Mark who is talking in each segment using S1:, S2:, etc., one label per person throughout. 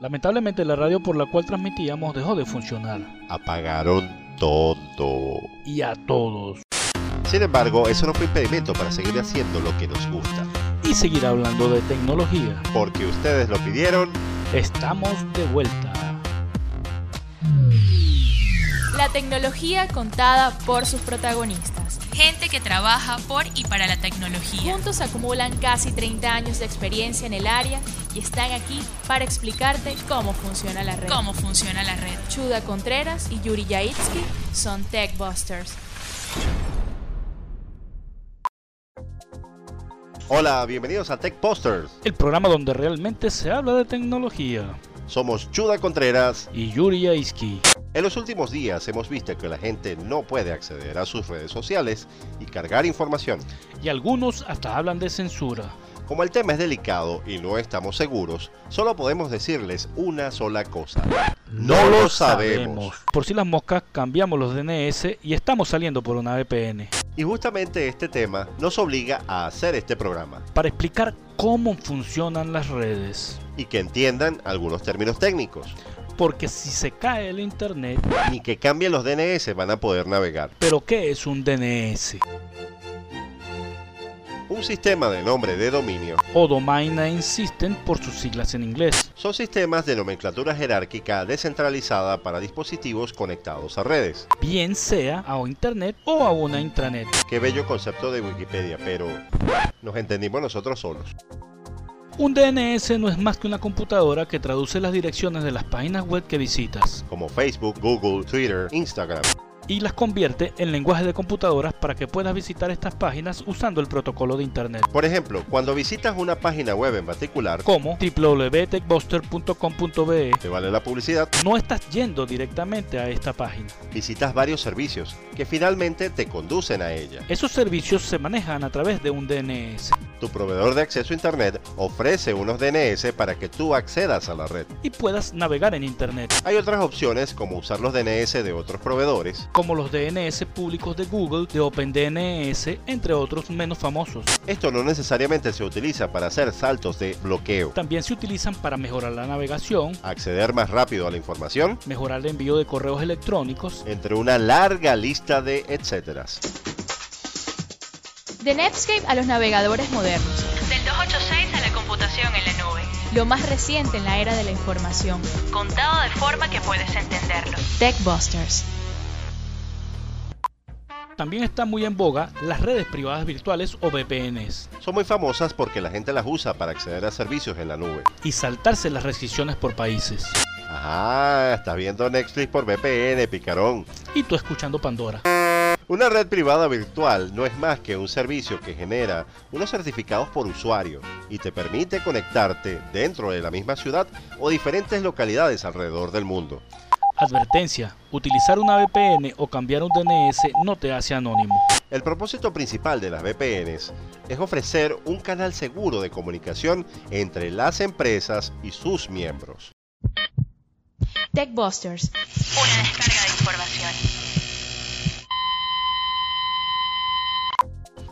S1: Lamentablemente la radio por la cual transmitíamos dejó de funcionar.
S2: Apagaron todo.
S1: Y a todos.
S2: Sin embargo, eso no fue impedimento para seguir haciendo lo que nos gusta.
S1: Y seguir hablando de tecnología.
S2: Porque ustedes lo pidieron.
S1: Estamos de vuelta.
S3: La tecnología contada por sus protagonistas.
S4: Gente que trabaja por y para la tecnología.
S3: Juntos acumulan casi 30 años de experiencia en el área y están aquí para explicarte cómo funciona la red.
S4: Cómo funciona la red.
S3: Chuda Contreras y Yuri Yaitsky son Techbusters.
S2: Hola, bienvenidos a Tech Posters.
S1: El programa donde realmente se habla de tecnología.
S2: Somos Chuda Contreras.
S1: Y Yuri Yaitsky.
S2: En los últimos días hemos visto que la gente no puede acceder a sus redes sociales y cargar información.
S1: Y algunos hasta hablan de censura.
S2: Como el tema es delicado y no estamos seguros, solo podemos decirles una sola cosa. No, lo sabemos.
S1: Por si las moscas, cambiamos los DNS y estamos saliendo por una VPN.
S2: Y justamente este tema nos obliga a hacer este programa
S1: Para explicar cómo funcionan las redes.
S2: y que entiendan algunos términos técnicos
S1: Porque si se cae el internet,
S2: y que cambien los DNS van a poder navegar.
S1: ¿pero qué es un DNS?
S2: Un sistema de nombre de dominio
S1: O Domain Name System por sus siglas en inglés.
S2: son sistemas de nomenclatura jerárquica descentralizada para dispositivos conectados a redes.
S1: Bien sea a internet o a una intranet.
S2: Qué bello concepto de Wikipedia, pero nos entendimos nosotros solos.
S1: Un DNS no es más que una computadora que traduce las direcciones de las páginas web que visitas
S2: Como Facebook, Google, Twitter, Instagram.
S1: y las convierte en lenguaje de computadoras para que puedas visitar estas páginas usando el protocolo de internet.
S2: Por ejemplo, cuando visitas una página web en particular,
S1: Como www.techbuster.com.be,
S2: te vale la publicidad,
S1: no estás yendo directamente a esta página.
S2: visitas varios servicios que finalmente te conducen a ella.
S1: Esos servicios se manejan a través de un DNS
S2: Tu proveedor de acceso a Internet ofrece unos DNS para que tú accedas a la red.
S1: y puedas navegar en internet,
S2: Hay otras opciones como usar los DNS de otros proveedores.
S1: como los DNS públicos de Google, de OpenDNS, entre otros menos famosos.
S2: Esto no necesariamente se utiliza para hacer saltos de bloqueo,
S1: También se utilizan para mejorar la navegación,
S2: acceder más rápido a la información,
S1: mejorar el envío de correos electrónicos,
S2: entre una larga lista de etcéteras.
S3: De Netscape a los navegadores modernos,
S4: Del 286 a la computación en la nube.
S3: lo más reciente en la era de la información.
S4: Contado de forma que puedes entenderlo.
S3: Techbusters.
S1: También están muy en boga las redes privadas virtuales o VPNs,
S2: Son muy famosas porque la gente las usa para acceder a servicios en la nube.
S1: y saltarse las restricciones por países.
S2: Ajá, estás viendo Netflix por VPN, picarón.
S1: Y tú escuchando Pandora.
S2: Una red privada virtual no es más que un servicio que genera unos certificados por usuario y te permite conectarte dentro de la misma ciudad o diferentes localidades alrededor del mundo.
S1: Advertencia, utilizar una VPN o cambiar un DNS no te hace anónimo.
S2: El propósito principal de las VPNs es ofrecer un canal seguro de comunicación entre las empresas y sus miembros.
S3: Techbusters.
S4: Una descarga de información.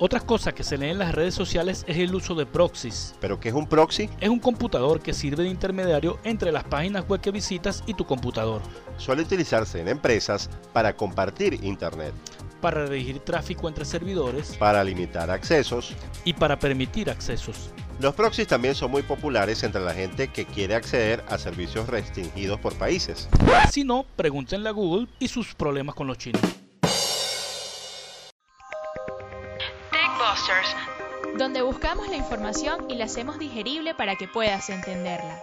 S1: Otras cosas que se leen en las redes sociales es el uso de proxies.
S2: ¿Pero qué es un proxy?
S1: Es un computador que sirve de intermediario entre las páginas web que visitas y tu computador,
S2: Suele utilizarse en empresas para compartir Internet,
S1: para dirigir tráfico entre servidores
S2: para limitar accesos.
S1: y para permitir accesos.
S2: Los proxies también son muy populares entre la gente que quiere acceder a servicios restringidos por países.
S1: Si no, pregúntenle a Google y sus problemas con los chinos.
S4: Techbusters.
S3: donde buscamos la información y la hacemos digerible para que puedas entenderla.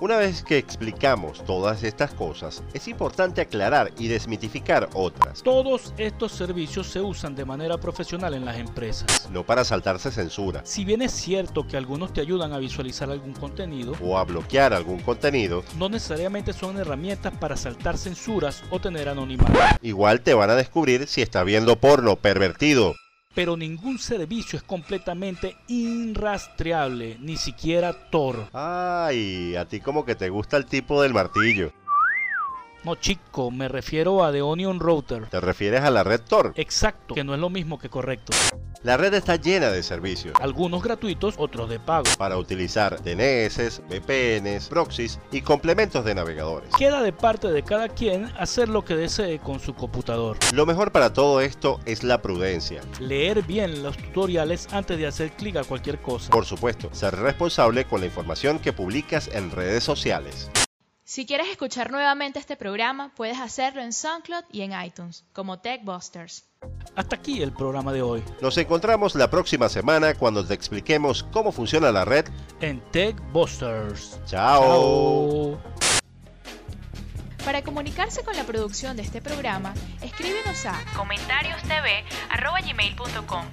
S2: Una vez que explicamos todas estas cosas, es importante aclarar y desmitificar otras,
S1: Todos estos servicios se usan de manera profesional en las empresas.
S2: no para saltarse censura
S1: Si bien es cierto que algunos te ayudan a visualizar algún contenido,
S2: o a bloquear algún contenido,
S1: no necesariamente son herramientas para saltar censuras o tener anonimato.
S2: igual te van a descubrir si está viendo porno pervertido.
S1: Pero ningún servicio es completamente inrastreable, ni siquiera Tor.
S2: Ay, a ti como que te gusta el tipo del martillo.
S1: No, chico, me refiero a The Onion Router.
S2: Te refieres a la red Tor.
S1: Exacto, que no es lo mismo que correcto.
S2: La red está llena de servicios
S1: Algunos gratuitos, otros de pago.
S2: para utilizar DNS, VPNs, proxies y complementos de navegadores.
S1: Queda de parte de cada quien hacer lo que desee con su computador.
S2: Lo mejor para todo esto es la prudencia.
S1: Leer bien los tutoriales antes de hacer clic a cualquier cosa.
S2: Por supuesto, ser responsable con la información que publicas en redes sociales.
S3: Si quieres escuchar nuevamente este programa, puedes hacerlo en SoundCloud y en iTunes, como TechBusters.
S1: Hasta aquí el programa de hoy
S2: Nos encontramos la próxima semana cuando te expliquemos cómo funciona la red.
S1: en TechBusters.
S2: ¡Chao!
S3: Para comunicarse con la producción de este programa, escríbenos a
S4: comentarios tv arroba gmail punto com.